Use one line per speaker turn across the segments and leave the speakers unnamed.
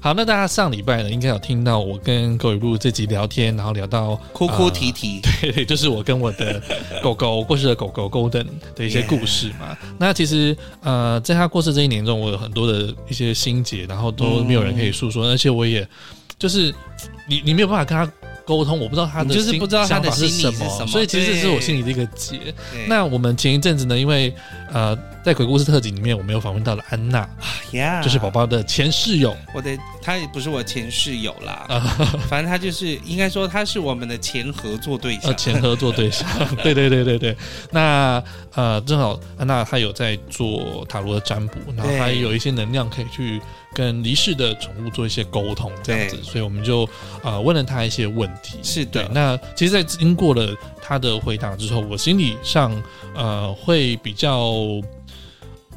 好，那大家上礼拜呢，应该有听到我跟狗语录这集聊天，然后聊到
哭哭啼啼，
对对，就是我跟我的狗狗过世的狗狗 Golden 的一些故事嘛。那其实呃，在它过世这一年中，我有很多的一些心结，然后都没有人可以诉说，而且我也就是你你没有办法跟他沟通，我不知道他的
你就是
心
不知道他的
想法是
心里是
什
什么
所以其实这是
对
我心里的一个结。
对
那我们前一阵子呢，因为呃，在鬼故事特辑里面，我们有访问到了安娜，
呀
就是宝，宝的前室友
我的他也不是我前室友啦，
啊。
反正他就是应该说他是我们的前合作对象
呃，，前合作 对象，对对对对对。那呃，正好安娜她有在做塔罗的占卜，然后
对
她也有一些能量可以去跟离世的宠物做一些沟通，这样子，
对
所以我们就呃问了她一些问题。
是
对
的，，
那其实，在经过了她的回答之后，我心理上呃会比较，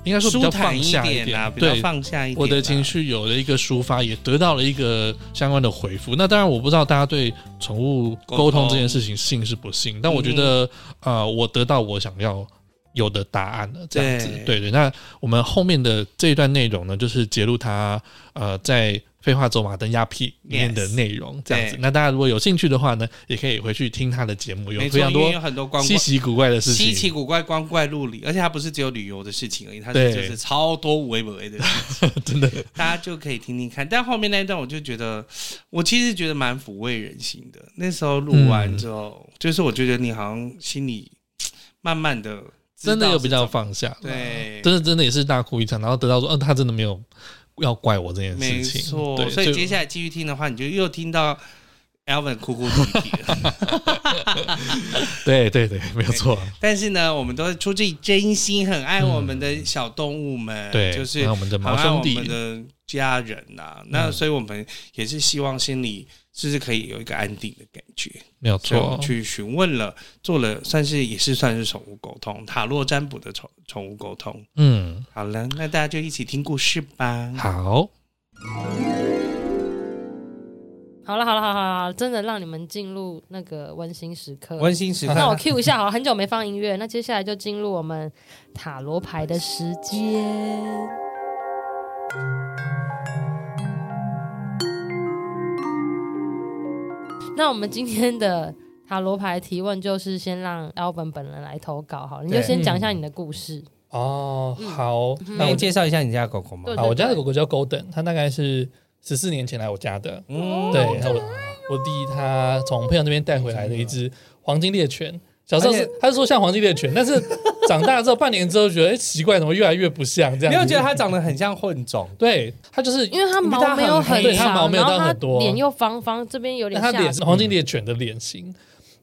应该说比
舒
较
坦
放
一
下
点啊啦，比较
对，
放下一点啦，啊
我的情绪有了一个抒发，也得到了一个相关的回复。那当然，我不知道大家对宠物沟
沟
通
通
这件事情信是不信，但我觉得，
嗯
呃，我得到我想要有的答案了，这样子。对
对
对。那我们后面的这一段内容呢，就是揭露他呃在。废话走马灯压屁里面的
Yes
内容，这样子
对。
那大家如果有兴趣的话呢，也可以回去听他的节目，有
没错，
非常
因为
多
有很多光
稀奇古怪的事情。
稀奇古怪、光怪陆离，而且它不是只有旅游的事情而已，它
对
是就是超多无微不 微的，
真的。
大家就可以听听看。但后面那一段，我就觉得，我其实觉得蛮抚慰人心的。那时候录完之后，
嗯
就是我觉得你好像心里慢慢的
真的有比较放下了，
对
真的真的也是大哭一场，然后得到说，嗯、他真的没有要怪我这件
没
事情，
错
对，，
所以接下来继续听的话，你就又听到 Alvin 哭哭 啼啼了。
对对对，没有错，
但是呢，我们都是出自于真心，很爱我们的小动物们，
对，
哎就是
然后我们的
好
毛
像
兄
我
弟嗯
们，的家人呐、那所以我们也是希望心里就是可以有一个安定的感觉，
没有
所以我
错
们，去询问了，做了算是也是算是宠物沟通，塔洛占卜的宠宠物沟通。
嗯，
好了，那大家就一起听故事吧。
好，
好了好了好了好了好了，真的让你们进入那个温馨时刻。
温馨时
那我
刻，
Q 一下好了，很久没放音乐，那接下来就进入我们塔罗牌的时间。那我们今天的塔罗牌提问就是先让 Alvin 本人来投稿好了，你就
对
先讲一下你的故事。
哦，好，
嗯
那我
你
介
绍一下你家狗狗吗
对
啊，我家的狗狗叫 Golden，它大概是十四年前来我家的。
嗯，
哦
对，然后我我弟他从朋友那边带回来的一只黄金猎犬，小时候
而
是
且
他是说像黄金猎犬，但是长大之后半年之后觉得哎、奇怪，怎么越来越不像这样？
没有觉得？它长得很像混种？
对，它就是
因为它
因为
毛
它
没有
很黑
长，
对它毛没有
然后
到
它
很多
脸又方方，这边有点嗯下
但它
巴。
脸是黄金猎犬的脸型。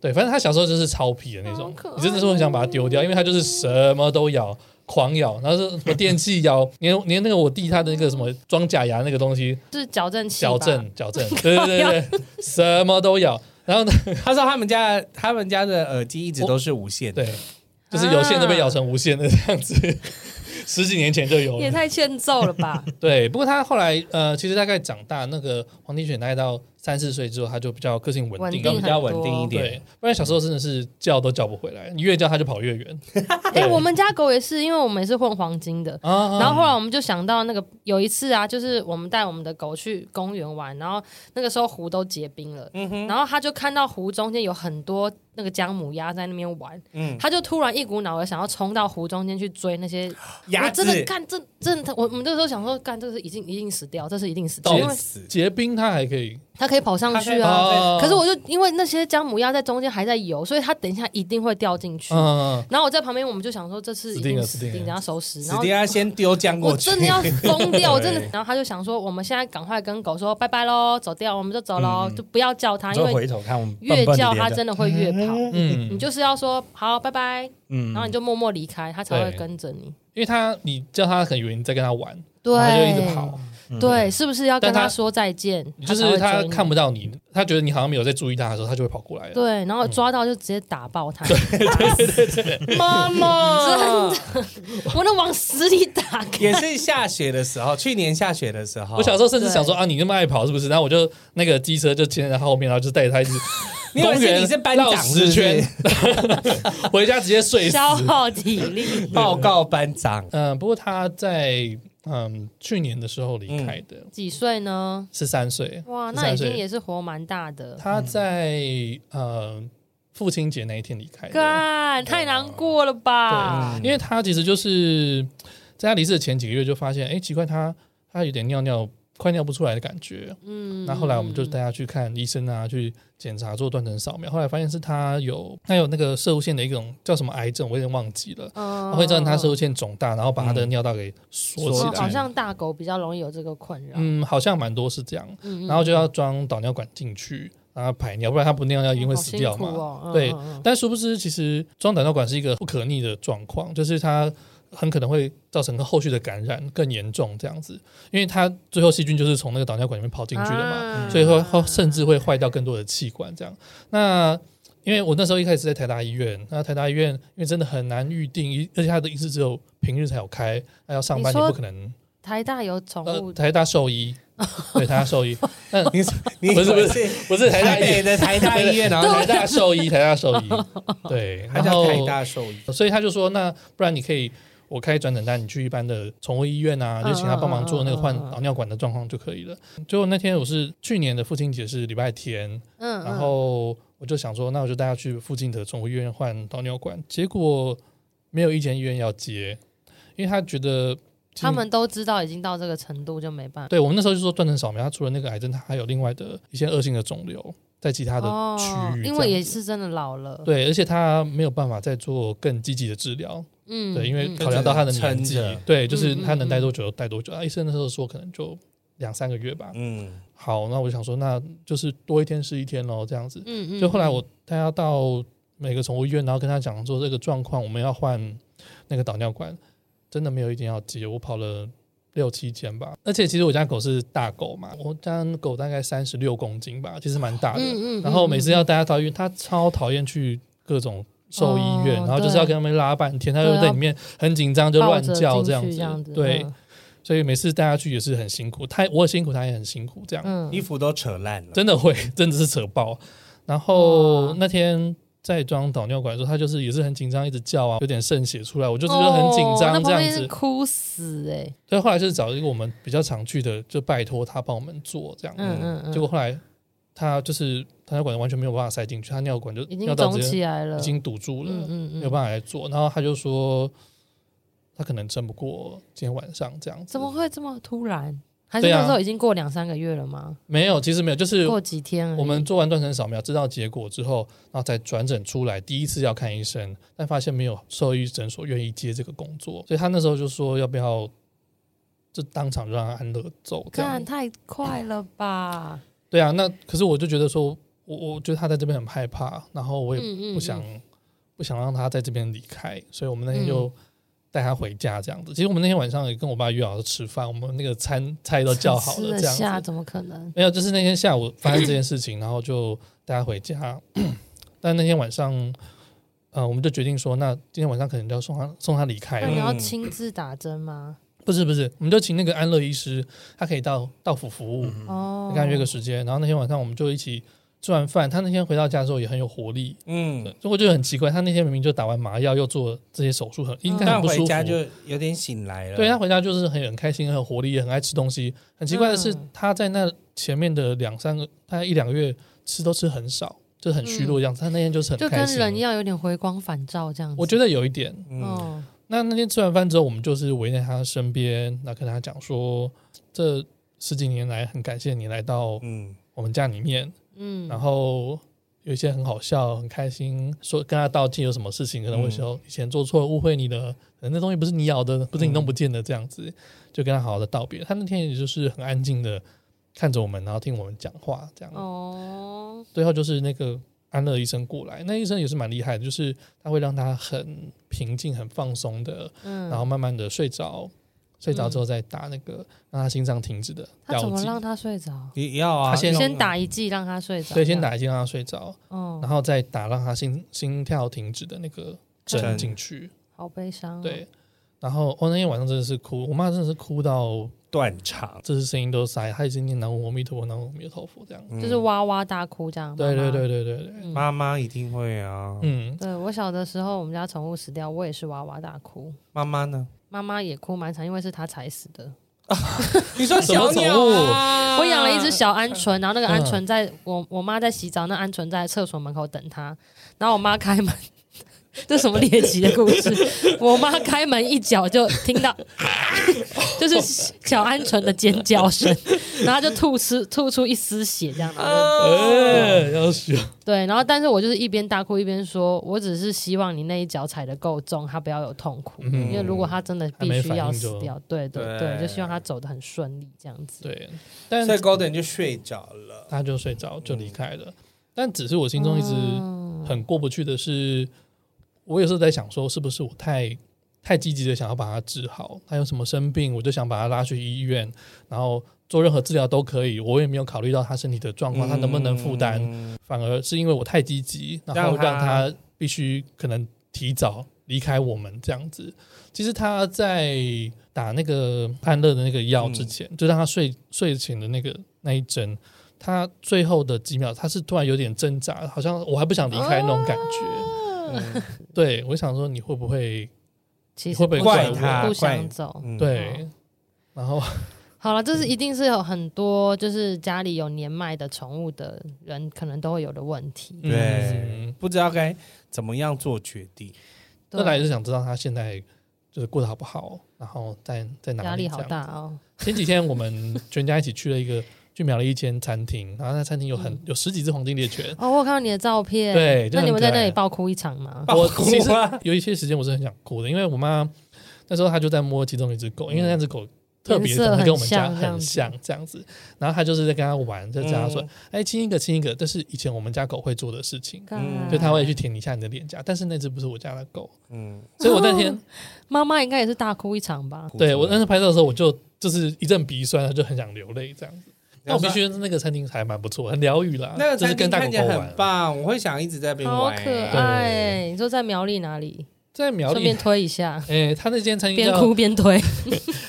对，反正它小时候就是超皮的那
好
种
可爱，
你真的是会想把它丢掉，因为它就是什么都咬，狂咬，然后是什么电器咬，连连那个我弟他的那个什么装假牙那个东西，
是矫正器吧，
矫正矫正，对对 对对，什么都有。然后呢，
他说他们家他们家的
呃
耳机一直
都
是无线
对，就是有线都
啊
被咬成无线的这样子， 十几年前就 有
也
了。
太欠揍了吧！
对，不过他后来呃，其实大概长大，那个黄金犬大概到三四岁之后，他就比较个性稳
啊
定
定了。
很
比较
多
稳定一点
对，不然小时候真的是叫都叫不回来，你越叫它就跑越远。
哎、
对
我们家狗也是，因为我们也是混黄金的。
啊，
嗯
然后后来我们就想到那个有一次啊，就是我们带我们的狗去公园玩，然后那个时候湖都结冰了，然后它就看到湖中间有很多那个姜母鸭在那边玩，
嗯
它就突然一股脑的想要冲到湖中间去追那些
牙
我真的
齿
干这真的，我我们那时候想说干这是一定一定死掉，这是一定死掉，因
冻
为
死。
结冰它还可以
它可以跑上去啊。
哦
可是我就因为那些姜母鸭在中间还在游，所以它等一下一定会掉进去。
嗯，
然后我在旁边，我们就想说这次一定死定，
死定了死定了啊
等下收拾。
死
然后
定要先丢浆
我
过去，
真的要疯掉，我真的。然后他就想说，我们现在赶快跟狗说拜拜喽，走掉，我们就走喽，就不要叫它，因为
头看我们
越叫它真的会越跑。
嗯
你就是要说好拜拜，
嗯
然后你就默默离开，它才会
对
跟着你。
因为它你叫它很远，你在跟它玩，
对，
它就一直跑。
对，是不是要跟
但他
他说再见？
就是
才
他
会追你
看不到你，他觉得你好像没有在注意他的时候，他就会跑过来了。
对，然后抓到就直接打爆他，
妈 妈，
我能往死里打。
也是下雪的时候，去年下雪的时候，
我小时候甚至想说啊，你那么爱跑是不是？然后我就那个机车就牵着他后面，然后就带着他一直
你以为
公
是
园
你是班长
绕
是
十
不是
圈？， 回家直接睡死。
消耗体力，
报告班长，
嗯，不过他在嗯去年的时候离开
嗯
的，
几岁呢？
十三岁。
哇，
13
那已经
岁
也是活蛮大的。
嗯
他在呃父亲节那一天离开的。啊嗯
干，太难过了吧？
因为他其实就是在他离世的前几个月就发现，哎，奇怪，他他有点尿尿快尿不出来的感觉。
嗯，
那后来我们就带他去看医生啊，去检查做断层扫描，后来发现是他有他有那个射物腺的一种叫什么癌症，我有点忘记了，
嗯
它会造成他射物腺肿大，然后把他的尿道给缩起
哦
缩嗯起
来
好
来。
像大狗比较容易有这个困扰。
嗯，好像蛮多是这样，
嗯
然后就要装导尿管进去，然后排尿，不然他不尿尿一定
哦
会死掉嘛。
嘛
对
嗯
但殊不知，其实装胆道管是一个不可逆的状况，就是它很可能会造成后续的感染更严重这样子，因为它最后细菌就是从那个导尿管里面跑进去的嘛，
啊
所以会会甚至会坏掉更多的器官这样。那因为我那时候一开始在台大医院，那台大医院因为真的很难预定，一而且它的医师只有平日才有开，那要上班
你
你
说
不可能。
台大有宠
呃，
物，
台大兽 医，对台大兽医，但
你你
不是不
是
不是台大
台
医
北
院，
的台大医院，然后
台大兽医，台大兽医， 对，
他
然
叫
后
台大兽医，
所以他就说，那不然你可以，我开转诊单，你去一般的宠物医院啊，就请他帮忙做那个换
嗯嗯嗯嗯
导尿管的状况就可以了。结果那天我是去年的父亲节是礼拜天，
嗯，
然后我就想说，那我就带他去附近的宠物医院换导尿管，结果没有一间医院要接，因为他觉得其实
他们都知道已经到这个程度就没办法。
对我们那时候就说断层扫描，它除了那个癌症，它还有另外的一些恶性的肿瘤在其他的区
哦
域这样子、
因为也是真的老了，
对，而且他没有办法再做更积极的治疗，
嗯，嗯，嗯
对，因为考量到他的年纪
撑着，
对，就是他能待多久就待多久。啊，医生那时候说可能就两三个月吧。
嗯，
好，那我就想说，那就是多一天是一天喽，这样子。
嗯嗯，
就后来我带他到每个宠物医院，然后跟他讲说这个状况，我们要换那个导尿管，真的没有一定要接，我跑了六七间吧。而且其实我家狗是大狗嘛，我家狗大概三十六公斤吧，其实蛮大的。
嗯嗯嗯
然后每次要带它到医院，它超讨厌去各种。兽医院，
哦
然后就是要跟他们拉半天，它就在里面很紧张，就
抱
乱
着
叫
进
这样
去
子。
这样子，
对，
嗯
所以每次带它去也是很辛苦，它我也辛苦，它也很辛苦，这样。
嗯，
衣服都扯烂了，
真的会，真的是扯爆。然后
哇
那天在装导尿管的时候，他就是也是很紧张，一直叫啊，有点渗血出来，我就觉得很紧
哦那
张这
旁
样
边是
子。
哭死哎，
所以后来就是找一个我们比较常去的，就拜托他帮我们做这样。
嗯嗯嗯，
结果后来他就是导尿管完全没有办法塞进去，他尿管就
已
尿
经
道
肿
直接
起来了，
已经堵住了，
嗯嗯嗯，
没有办法来做。然后他就说。他可能撑不过今天晚上这样子，
怎么会这么突然？还是
对啊
那时候已经过两三个月了吗？
没有？其实没有，就是
过几天而已
我们做完断层扫描，知道结果之后，然后再转诊出来，第一次要看医生，但发现没有兽医诊所愿意接这个工作，所以他那时候就说要不要，就当场就让他安乐走这样
看。太快了吧？
对啊，那可是我就觉得说，我我觉得他在这边很害怕，然后我也
嗯嗯，
不想、
嗯
不想让他在这边离开，所以我们那天
嗯
就带他回家这样子。其实我们那天晚上也跟我爸约好吃饭，我们那个餐菜都叫好
吃
了
得
这样子。
下怎么可能？
没有，就是那天下午发生这件事情，然后就带他回家。 但那天晚上，呃，我们就决定说，那今天晚上可能就要送他送他离开
那
了。
你要亲自打针吗？
不是不是，我们就请那个安乐医师，他可以到到府服务，
哦
跟，他约个时间。然后那天晚上我们就一起吃完饭。他那天回到家之后也很有活力，
嗯，
所以我就很奇怪，他那天明明就打完麻药，又做这些手术，很应该
但
很不舒
回
服。
家就有点醒来了，
对他回家就是很很开心，很有活力，也很爱吃东西。很奇怪的是
嗯，
他在那前面的两三个，大概一两个月吃都吃很少，就是很虚弱的样子。他那天就是很
就
开
跟
心，
人一样，有点回光返照这样子。
我觉得有一点。
嗯，
哦，
那那天吃完饭之后，我们就是围在他身边，那跟他讲说，这十几年来很感谢你来到
嗯
我们家里面，
嗯，
然后。有一些很好笑，很开心，说跟他道歉有什么事情，可能我说
嗯
以前做错了，误会你的，可能那东西不是你咬的，不是你弄不见的这样子。
嗯
就跟他好好的道别。他那天也就是很安静的看着我们，然后听我们讲话这样。
哦，
最后就是那个安乐医生过来，那医生也是蛮厉害的，就是他会让他很平静、很放松的，
嗯，
然后慢慢的睡着，睡着之后再打那个让他心脏停止的
他
药
怎么
剂。
让他睡着？
也要啊，
他先嗯
用啊
先打一剂让他睡着，
对，先打一剂让他睡着，
哦
然，后再打让他心心跳停止的那个针
针
进去。
好悲伤、哦。
对，然后我、哦、那天晚上真的是哭，我妈真的是哭到
断肠，
这是声音都塞，她一直念南无阿弥陀佛，南无阿弥陀佛这样。
嗯
就是哇哇大哭这样。
对
妈
对
妈
对，对对对，
嗯
妈妈一定会啊。
嗯，
对我小的时候，我们家宠物死掉，我也是哇哇大哭，
妈妈呢？
妈妈也哭蛮惨，因为是她踩死的。
你说
什么
小
宠
鸟
物？
啊？
我养了一只小鹌鹑，然后那个鹌鹑在我我妈在洗澡，那鹌鹑在厕所门口等她，然后我妈开门。 这什么猎奇的故事？我妈开门一脚就听到， 就是小鹌鹑的尖叫声，然后就吐丝吐出一丝血，这样。然后就
哎，要死！
对，然后但是我就是一边大哭一边说，我只是希望你那一脚踩得够重，他不要有痛苦，
嗯
因为如果他真的
还
必
没
须
反
要
应
死
就
掉，对对对，
对
就希望他走得很顺利这样子。
对，但
所以 Golden 就睡着了。
他就睡着就离开了。但只是我心中一直
哦
很过不去的是，我有时候在想说，是不是我太太积极的想要把他治好？他有什么生病，我就想把他拉去医院，然后做任何治疗都可以。我也没有考虑到他身体的状况，他能不能负担？
嗯
反而是因为我太积极，然后
让他
让他必须可能提早离开我们这样子。其实他在打那个安乐的那个药之前，就让他睡睡前的那个那一针，他最后的几秒，他是突然有点挣扎，好像我还不想离开那种感
哦
觉。
嗯
对，我想说你会不会
其
你
实
会不会
不
怪
想
他
不
怪
想走？
嗯
对？然后
好了，这是一定是有很多就是家里有年迈的宠物的人，可能都会有的问题。
对
嗯，，
不知道该怎么样做决定。
那来也
对，
是想知道他现在就是过得好不好，然后在在哪里
压力好
这样
大哦。
前几天我们全家一起去了一个，去瞄了一间餐厅，然后那餐厅有很、
嗯
有十几只黄金猎犬。
哦，我有看到你的照片，
对就
那你
很
们
可
在那
爱
里爆哭一场吗？
爆
我
哭
其实
啊
有一些时间我是很想哭的，因为我妈那时候她就在摸其中一只狗，因为那只狗特别
颜色
的
很
跟我们家
像这样
很
子
像这样子，然后她就是在跟她玩，就叫她说
嗯：“
哎、亲一个，亲一个。”这是以前我们家狗会做的事情，
干
嗯
啊
就它会去舔一下你的脸颊，但是那只不是我家的狗，
嗯，
所以我那天、
妈妈应该也是大哭一场吧？
哦
对我那时候拍照的时候，我就就是一阵鼻酸，就很想流泪这样子。那我必须那个餐厅还蛮不错，很疗愈啦，
那个
就是跟
餐厅
大狗
看起来
狗玩
很。棒，我会想一直在那边
好
玩。
可
对
爱！啊你说在苗栗哪里？
在苗
顺
栗
便，推一 下，
哎、他那间餐厅
边
叫
哭边推。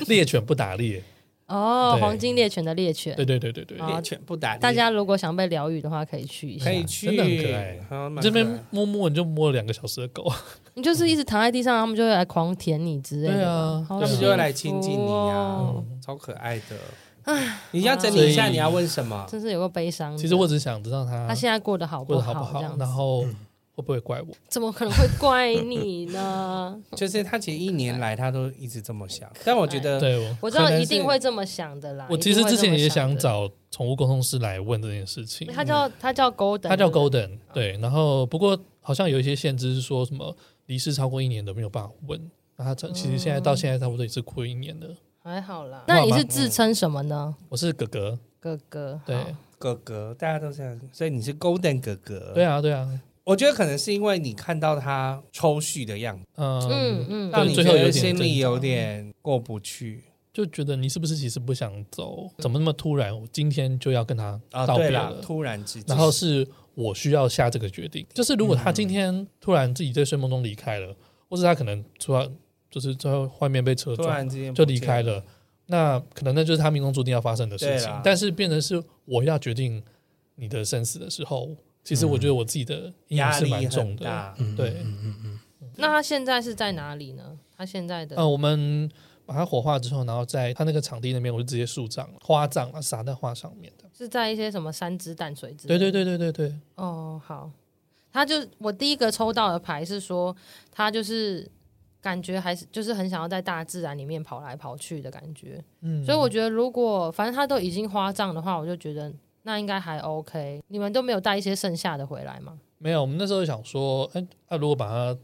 猎犬不打猎，
哦，
对
黄金猎犬的猎犬，
对对对对对，
好
猎犬不打猎，
大家如果想被疗愈的话，可以去一下
可。以去，
真的很可爱
好蛮
你
可爱
这边摸摸你就摸了两个小时的狗，
你就是一直躺在地上，他们就会来狂舔你之类
对
的。
啊，
好
他们
幸
就会
福
来亲近你啊
哦，
超可爱的。你要整理一下，
所
啊
以
你要问什么？
真是有个悲伤的。
其实我只想知道他
他现在过得好
过
不
得好不
这样
好，
子
然后
嗯
会不会怪我？
怎么可能会怪你呢？
就是他其实一年来他都一直这么想，但我觉得
对我，
我知道
可能是
一定会这么想的啦。
我其实之前也想
啊一定会这么
找宠物沟通师来问这件事情
的，，他叫他叫 Golden，啊
他叫
对不
Golden，对，然后不过好像有一些限制是说什么离世超过一年都没有办法问。那他其实现在到现在差不多也是哭了一年了。
对还好啦。
哇
那你
蛮
是自称什么呢？
我是哥哥，
哥哥，
对
好
哥哥大家都这样，所以你是 Golden 哥哥。
对，啊，对啊，
我觉得可能是因为你看到他抽蓄的样子，
嗯
嗯嗯
让
对，
你
最
觉
后有
得
点
心里
挣扎
有点过不去
就觉得你是不是其实不想走？怎么那么突然？我今天就要跟他
啊。
道别
对
了，
啦，突然之间，
然后是我需要下这个决定。就是如果
嗯
他今天突然自己在睡梦中离开了，或者他可能突然就是在外面被车
突
撞
然之间
就离开
了。
了，那可能那就是他命中注定要发生的事
对
情
啦。
但是变成是我要决定你的生死的时候，其实我觉得我自己的阴影
嗯压
是
力
蛮重
很
的。嗯
大，
对，
那他现在是在哪里呢？他现在的
呃，我们把它火化之后，然后在它那个场地那边，我就直接树葬、花葬啊，撒在花上面的。
是在一些什么山之淡水之
对
类的
对对对对对，
哦，好，他就我第一个抽到的牌是说，他就是感觉还是就是很想要在大自然里面跑来跑去的感觉，
嗯，
所以我觉得如果反正他都已经花葬的话，我就觉得那应该还 OK。你们都没有带一些剩下的回来吗？
没有，我们那时候想说，哎、那、如果把它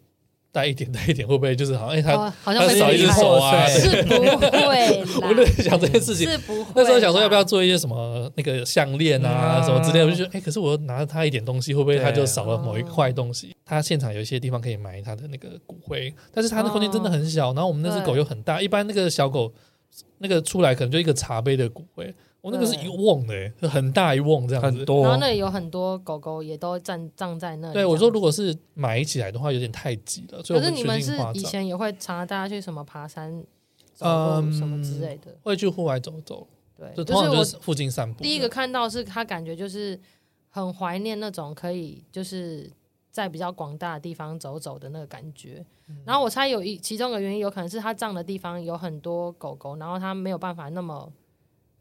带一点带一点，会不会就是好像哎、它
哦，好像
它
会
少一
被
只
拍
手啊？
对
是不会
我就
啦，
在想这件事情。
是不会。
那时候想说要不要？做一些什么那个项链啊
嗯啊
什么之类的，我就觉得哎、可是我拿着它一点东西，会不会它
对啊
就少了某一
哦
块东西？它现场有一些地方可以埋它的那个骨灰，但是它的空间真的很小，然后我们那只
哦对
狗又很大，一般那个小狗那个出来可能就一个茶杯的骨灰，我、那个是
对
一瓮的、欸，很大一瓮这样
很
子。
多
然后那里有很多狗狗也都站葬在那里。
对，我说如
果
果是埋起来的话，有点太挤了，所以
可
我
是
们
你们
决
是
定花
以
葬，
前也会常常大家去什么爬山、走路什么之类的，
会去户外走走，
对，
就
就
通
是
常就
我
是附近散步。
第一个，看到是他感觉就是很怀念那种可以就是在比较广大的地方走走的那个感觉。
嗯
然后我猜有一其中的原因有可能是他葬的地方有很多狗狗，然后他没有办法那么。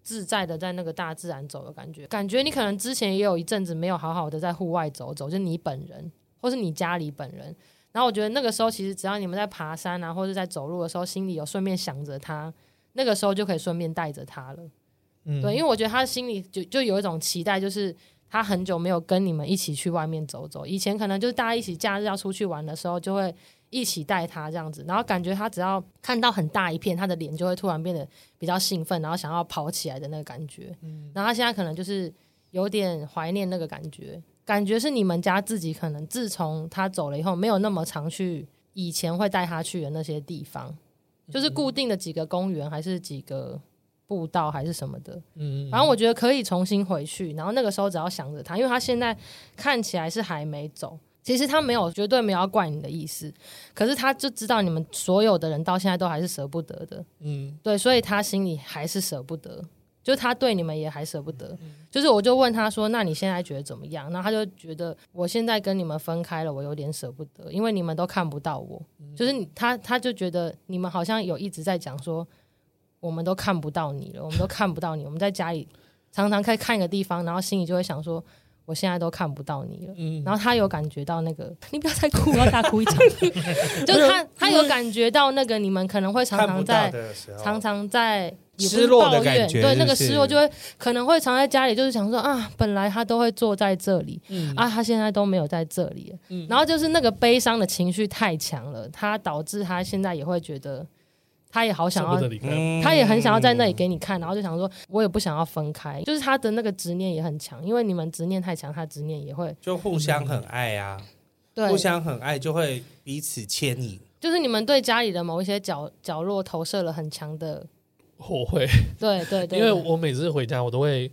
自在的在那个大自然走的感觉，感觉你可能之前也有一阵子没有好好的在户外走走，就你本人或是你家里本人。然后我觉得那个时候，其实只要你们在爬山啊，或者在走路的时候，心里有顺便想着他，那个时候就可以顺便带着他了。
嗯
对，因为我觉得他心里就就有一种期待，就是他很久没有跟你们一起去外面走走。以前可能就是大家一起假日要出去玩的时候，就会一起带他这样子，然后感觉他只要看到很大一片，他的脸就会突然变得比较兴奋，然后想要跑起来的那个感觉。然后他现在可能就是有点怀念那个感觉，感觉是你们家自己可能自从他走了以后，没有那么常去以前会带他去的那些地方，就是固定的几个公园还是几个步道还是什么的。
嗯，
反正我觉得可以重新回去，然后那个时候只要想着他，因为他现在看起来是还没走，其实他没有绝对没有要怪你的意思，可是他就知道你们所有的人到现在都还是舍不得的，
嗯，
对，所以他心里还是舍不得，就他对你们也还舍不
嗯
得。就是我就问他说：“那你现在觉得怎么样？”然后他就觉得我现在跟你们分开了，我有点舍不得，因为你们都看不到我。
嗯
就是你他他就觉得你们好像有一直在讲说，我们都看不到你了，我们都看不到你，我们在家里常常可以看一个地方，然后心里就会想说。我现在都看不到你了，
嗯
然后他有感觉到那个，你不要再哭，我要大哭一 场。就是他，他有感觉到那个，你们可能会常
看不
常在
到的时候，
常常在也不是
失落的
抱
感
怨
觉
对
是
那
不
个
是
失落就会可能会常在家里就是想说啊，本来他都会坐在这里、啊，他现在都没有在这里了，然后就是那个悲伤的情绪太强了，他导致他现在也会觉得他也好想
舍不
要
得离开。
嗯
他也很想要在那里给你看，然后就想说，我也不想要分开，就是他的那个执念也很强，因为你们执念太强，他执念也会
就互相很爱啊，
对
互相很爱就会彼此牵引。
就是你们对家里的某一些角角落投射了很强的，
我 会，
对对对，
因为我每次回家，我都会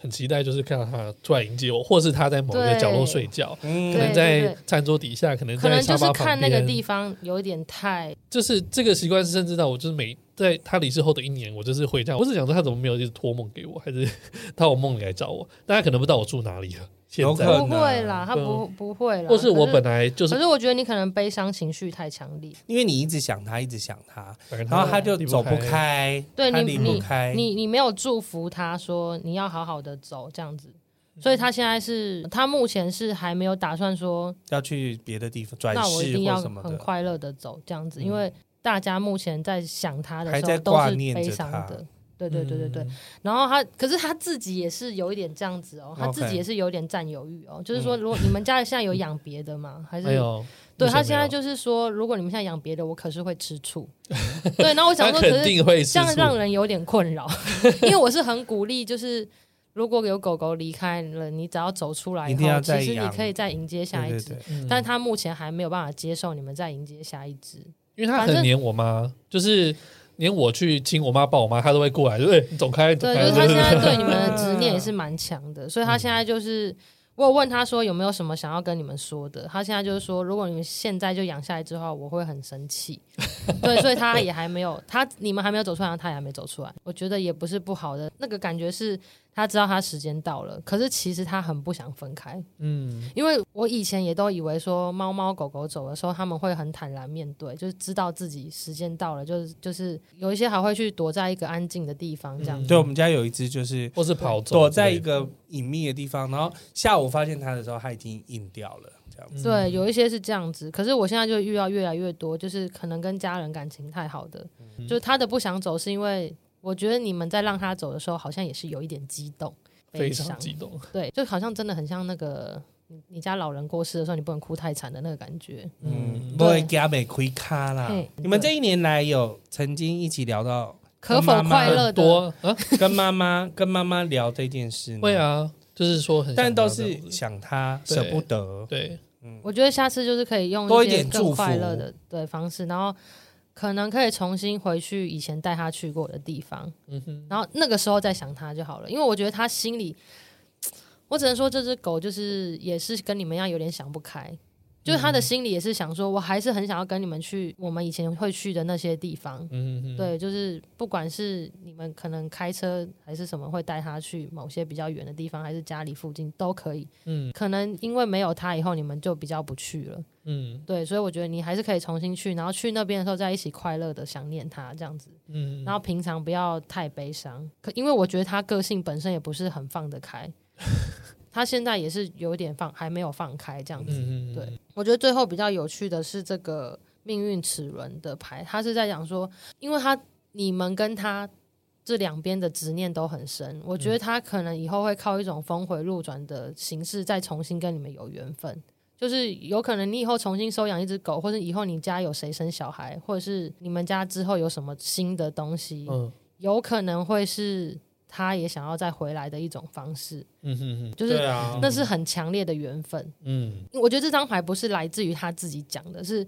很期待，就是看到他突然迎接我，或是他在某一个角落睡觉，可
嗯，
能
对
在餐桌底下，可能
可能
在
就
沙
是
发旁边。
看那个地方有一点太
就是这个习惯，甚至到我就是每在他离世后的一年，我就是回家，我是想说他怎么没有一直托梦给我，还是 到我梦里来找我？但他可能不知道我住哪里了，现
有可
在，
能
不会啦，他不不会啦。
或是我
哦可
本来就
可
是，
是我觉得你可能悲伤情绪太强烈，
因为你一直想他，一直想他，
然
然后他就
离
走不，开，
对
他
你
离不开，
你你没有祝福他说你要好好的走这样子，所以他现在是他目前是还没有打算说，
要去别的地方转
那我一
世
定要
或什么
很
的。嗯
快乐的走这样子，因为大家目前在想他的
还
时
在
候都
挂
是
念
悲
着
伤
他嗯
的。对对对对对，然后他，可是他自己也是有一点这样子哦，他自己
OK 嗯
也是有点占有欲哦，就是说，如果你们家里现在有养别的吗？还是
哎
没有，
对
目前
他现
没
在
有
就是说，如果你们现在养别的，我可是会吃醋。 对，那我想
他
说，可
肯
是
定会吃
这样
醋
让人有点困扰，因为我是很鼓励，就是如果有狗狗离开了，你只要走出来以
一定要
后，
再
其实你
养
可以再迎接下一
对对
只
对，，
嗯
但他目前还没有办法接受你们再迎接下一只。
因为他
反
很
正
黏我妈，就是连我去亲我妈、抱我妈，他都会过来，就是哎你走开，走
对，嗯
开
就是他 现在对你们
嗯
的执念也是蛮强的，所以他现在就是。我有问他说有没有什么想要跟你们说的，他现在就是说，如果你们现在就养下一只的话，我会很生 气。对，所以他也还没有，他你们还没有走出来，他也还没走出来。我觉得也不是不好的，那个感觉是他知道他时间到了，可是其实他很不想分开。
嗯，
因为我以前也都以为说猫猫狗狗走的时候，他们会很坦然面对，就是知道自己时间到了，就是就是有一些还会去躲在一个安静的地方这样。
对我们家有一只就是
或是跑走，
躲在一个隐秘的地方，然后下午发现它的时候，它已经硬掉了，这样
嗯
子。
对，有一些是这样子，可是我现在就遇到越来越多，就是可能跟家人感情太好的，
嗯
就是他的不想走，是因为我觉得你们在让他走的时候，好像也是有一点激动、
非
悲
常
伤，
激动，
对，就好像真的很像那个你你家老人过世的时候，你不能哭太惨的那个感觉。
嗯，不
对
会给他们亏卡啦
嘿。
你们这一年来有曾经一起聊到
可否
妈妈
快
很
乐的？
多啊，
跟妈妈跟妈妈聊这件事吗？
会，啊，就是说很想
但都
她这样
是
子
想她
对
舍不得。
对。
我觉得下次就是可以用
嗯多一
些
点祝
更快
福
乐的对方式，然后可能可以重新回去以前带他去过的地方，
嗯哼，
然后那个时候再想他就好了，因为我觉得他心里，我只能说这只狗就是也是跟你们一样有点想不开，就是他
嗯
的心里也是想说，我还是很想要跟你们去我们以前会去的那些地方。
嗯哼，
对，就是不管是你们可能开车还是什么，会带他去某些比较远的地方，还是家里附近都可以。
嗯
可能因为没有他以后，你们就比较不去了。
嗯
对，所以我觉得你还是可以重新去，然后去那边的时候再一起快乐的想念他这样子，
嗯，
然后平常不要太悲伤，可因为我觉得他个性本身也不是很放 得开，他现在也是有点放，还没有放开这样子。
嗯嗯，
对，我觉得最后比较有趣的是这个命运齿轮的牌，他是在讲说，因为他你们跟他这两边的执念都很深，我
嗯
觉得他可能以后会靠一种峰回路转的形式再重新跟你们有缘分。就是有可能你以后重新收养一只狗，或者以后你家有谁生小孩，或者是你们家之后有什么新的东西，
嗯
有可能会是他也想要再回来的一种方式。
嗯哼哼，
就是
对啊，
那是很强烈的缘分。
嗯
我觉得这张牌不是来自于他自己讲的，是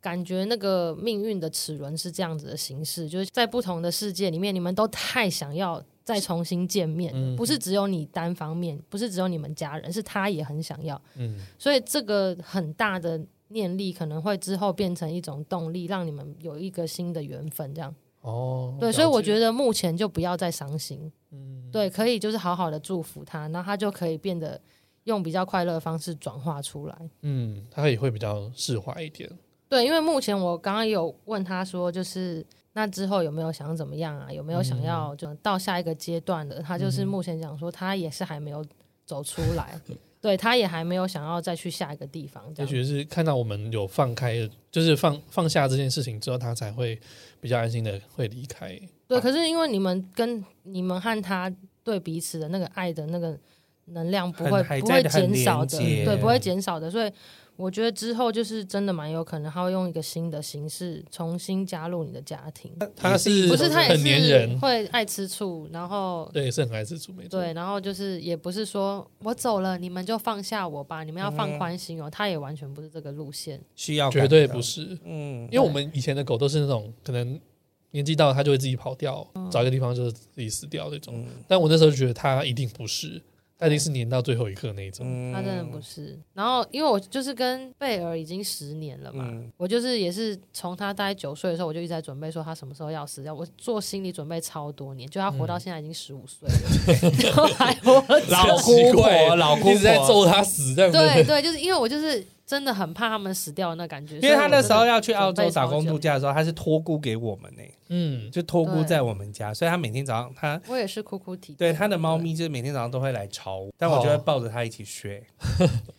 感觉那个命运的齿轮是这样子的形式，就是在不同的世界里面，你们都太想要再重新见面，
嗯
不是只有你单方面，不是只有你们家人，是他也很想要，
嗯
所以这个很大的念力可能会之后变成一种动力，让你们有一个新的缘分，这样
哦，
对，所以我
得
觉得目前就不要再伤心，
嗯
对，可以就是好好的祝福他，然后他就可以变得用比较快乐的方式转化出来。
嗯，他也会比较释怀一点，
对，因为目前我刚刚有问他说，就是那之后有没有想怎么样啊？有没有
嗯
想要就到下一个阶段的？他就是目前讲说，他也是还没有走出来，对，他也还没有想要再去下一个地方这
也
样。
许是看到我们有放开，就是放放下这件事情之后，他才会比较安心的会离开。
对，可是因为你们跟你们和他对彼此的那个爱的那个能量不
很
会
还
不
在
会
的很
减
连
少的，
接
对，不会减少的，所以我觉得之后就是真的蛮有可能他会用一个新的形式重新加入你的家庭。
他是
不是他也
很粘
是
人，
会爱吃醋，然后
对，是很爱自主，没错。
对，然后就是也不是说我走了你们就放下我吧，你们要
嗯
放宽心哦，他也完全不是这个路线。
需要
绝
感
对
的
不，是，
嗯，
因为我们以前的狗都是那种可能年纪到了它就会自己跑掉，找一个地方就是自己死掉这种。
嗯
但我那时候就觉得它一定不是，它一定是粘到最后一刻那一
嗯
种。
他真的不是。然后因为我就是跟贝尔已经十年了嘛，
嗯
我就是也是从他大概九岁的时候，我就一直在准备说他什么时候要死掉，我做心理准备超多年，就他活到现在已经十五岁了，然后还活得
嗯 老
很奇
姑
怪
婆，老姑
一
婆
直在咒它死这样子。
对对，就是因为我就是真的很怕他们死掉的那感觉，
因为他那时候
要
要去澳洲打
准
工
备超久
度假的时候，他是托孤给我们呢、
嗯，
就托孤
对
在我们家，所以他每天早上他
我也是哭哭啼啼。
对他的猫咪就是每天早上都会来吵我，但
哦
我就会抱着它一起睡。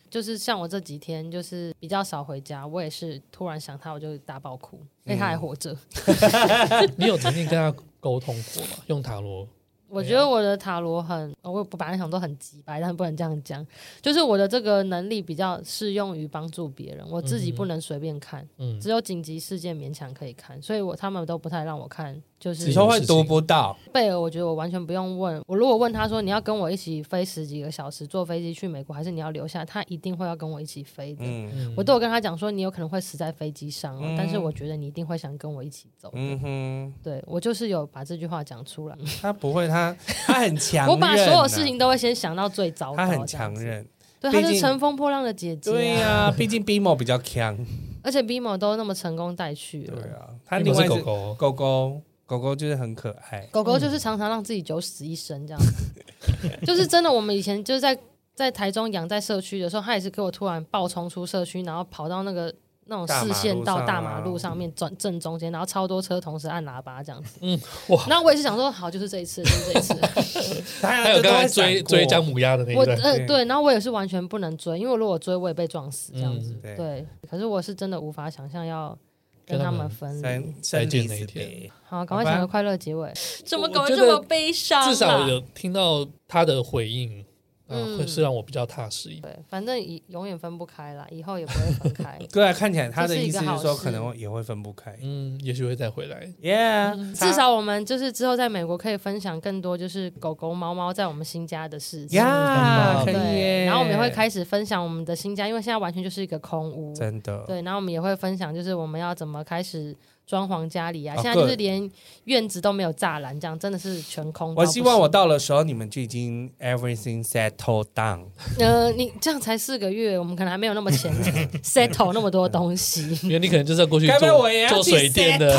就是像我这几天就是比较少回家，我也是突然想他，我就大爆哭，
嗯
因为他还活着。
啊
你有曾经跟它沟通过吗？用塔罗？
我觉得我的塔罗很，哦我本来想说很直白，但不能这样讲。就是我的这个能力比较适用于帮助别人，我自己不能随便看，
嗯
只有紧急事件勉强可以看，所以我他们都不太让我看。就
你
是
说会读不到，
贝尔，我觉得我完全不用问。我如果问他说你要跟我一起飞十几个小时坐飞机去美国，还是你要留下，他一定会要跟我一起飞的。
嗯
嗯，
我都有跟他讲说，你有可能会死在飞机上、哦，
嗯
但是我觉得你一定会想跟我一起走。
嗯哼，
对我就是有把这句话讲出来，
他不会， 他他很强、啊
我把所有事，情都会先想到最糟糕。
他很
这样
强
子，
韧。
对，
毕
她
竟
是乘风破浪的姐姐、
对
啊，
呀、毕竟 BMO 比较强。
而且 BMO 都那么成功带去
对
了。
啊，他
因为
另外
是狗
一只
狗哦。
狗狗，狗狗就是很可爱。
狗狗就是常常让自己九死一生这样子， 就是真的。我们以前就是在在台中养在社区的时候，它也是给我突然暴冲出社区，然后跑到那个那种
大马
视
路
线到
上
大
啊
马路上面转正中间，然后超多车同时按喇叭这样子。
嗯，
哇！那我也是想说，好，就是这一次，就是这一次。
他
还有刚才
就都会
追
闪过
追姜母鸭的那
我
一段，
呃
对
对，然后我也是完全不能追，因为如果我追我也被撞死这样子。
嗯对
对，可是我是真的无法想象要跟
跟他
他
们
们分离。
三
再
三
见
离
那一
死
天
别。
好，赶快
好吧
想个快乐结尾。怎
么搞得这么啊
悲伤
至少有听到他的回应，嗯，
嗯
会是让我比较踏实一点。
对，反正以永远分不开啦，以后也不会分 开。
对啊，看起来他
这
的
是一
意
个
思是
好
说，
事
可能也会分不开。
嗯，也许会再回来。
Yeah，他
至少我们就是之后在美国可以分享更多，就是狗狗、猫猫在我们新家的事情。
呀，
嗯
可以耶
对，然后我们也会开始分享我们的新家，因为现在完全就是一个空屋。
真的，
对，然后我们也会分享，就是我们要怎么开始装潢家里啊，
啊
现在就是连院子都没有栅栏，这样真的是全空。
我希望我，到的时候你们就已经 everything settled down。
呃，你这样才四个月，我们可能还没有那么钱 settle 那么多东西，
因为你可能就是要过去
该不会
做
我也要
做
去
水电的，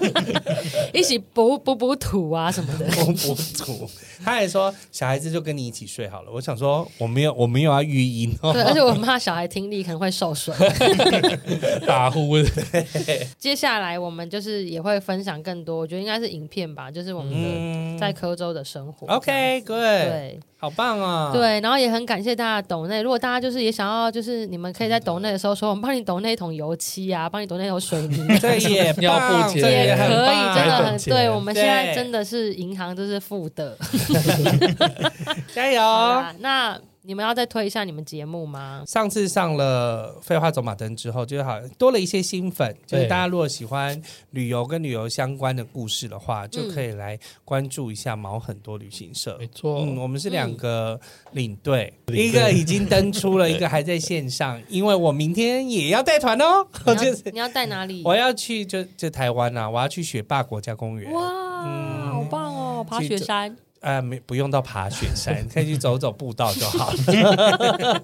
一起补补补土啊什么的。
我博主，他还说小孩子就跟你一起睡好了。我想说我没有我没有要育婴 哦，
对，而且我很怕小孩听力可能会受 损。
打呼的，
接下来我们就是也会分享更多，我觉得应该是影片吧，就是我们的
嗯
在科州的生活。
，OK good，
对
好棒哦，，
对，然后也很感谢大家的抖内。如果大家就是也想要，就是你们可以在抖内的时候说，我们帮你抖那一桶油漆啊，帮你抖那一桶 水泥
这也棒
尿布节
这
也
也
可
很
以，真
棒
的
还
很
很
对。
钱
我们现在
对
真的是银行都是负的。
加
好
油。
啦那你们要再推一下你们节目吗？
上次上了《废话走马灯》之后，就好多了一些新粉。就是
对
大家如果喜欢旅游跟旅游相关的故事的话，就可以来关注一下毛很多旅行社。
嗯没错，嗯
嗯，我们是两个领队，一个已经登出了，一个还在 线上。因为我明天也要带团哦，
你
就
要
是
你要带哪
嗯
里？
我要去就就台湾啊，我要去雪霸国家公园。嗯
哇，好棒哦！爬
去
雪
走
山，
呃，没不用到爬雪山， 可以去走走步道就好了，
对啊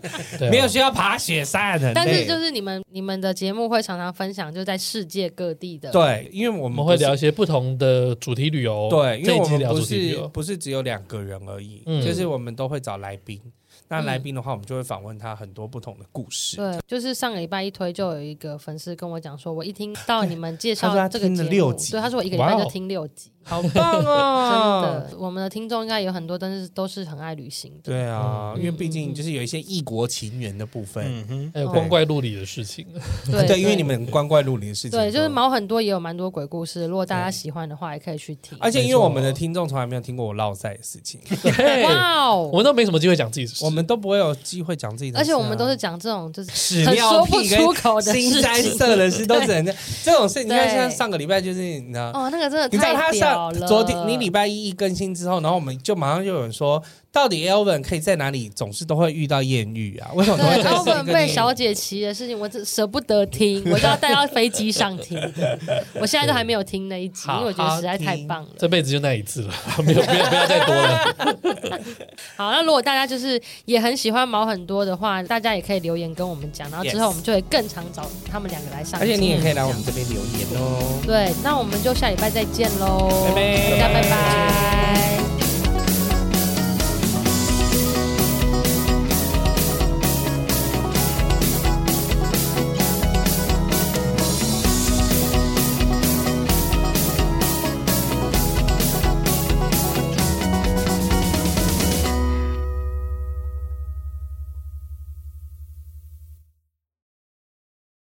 没有需要爬雪山很累。
但是就是你们你们的节目会常常分享，就是在世界各地的。
对，因为我
我
们
们会
不是
聊一些不同的主题旅游，
对，因
哦这
为
一
我
集
们
聊
不
主题旅
是
游，
不是只有两个人而已，
嗯
就是我们都会找来宾。那
嗯
来宾的话，我们就会访问他很多不同的故事。
对，就是上个礼拜一推就有一个粉丝跟我讲说，我一听到你们介
他说
绍
他
这个
听
节
了
目，
六集
对，他说我一个礼拜
哇哦
就听六集，
好棒
真
哦！
的，我们的听众应该有很多，但是都是很爱旅行的。
对啊，
嗯
因为毕竟就是有一些异国情缘的部分。
嗯哼，
还有
对
光怪陆离的事 情，
对，
对，因为你们光怪陆离的事情多。
对，就是毛很多，也有蛮多鬼故事。如果大家喜欢的话，也可以去听。
而且因为我们的听众从来没有听过我落赛的事情，
嘿
哇
我
哦！
们都没什么机会讲自己的事情，
我们都不会有机会讲哎自己的事啊、
而且我们都是讲这种就是
屎
很
尿
说不
屁
出
跟
口的
新
事
三
情。
色的事，都只能这样这种事。你看，
对
像上个礼拜就是你知道，
哦，那个真的
你知道
太
他
屌
上
了。
昨天你礼拜一一更新之后，然后我们就马上就有人说，到底 Elvin 可以在哪里总是都会遇到艳遇啊？为什么都会
对，
在
然后
这
我
一
们
个
被
地
小姐骑的事情，我这舍不得听，我就要带到飞机上 听的。我现在都还没有听那一集，因
好
为我觉得实在太棒了。
这辈子就那一次了， 没有没有不要再多了，
好，那如果大家就是也很喜欢毛很多的话，大家也可以留言跟我们讲，然后之后
Yes
我们就会更常找他们两个来上
而
节目。
且你也可以来我们这边留言哦。
对，那我们就下礼拜再见喽，
拜拜
大家拜拜。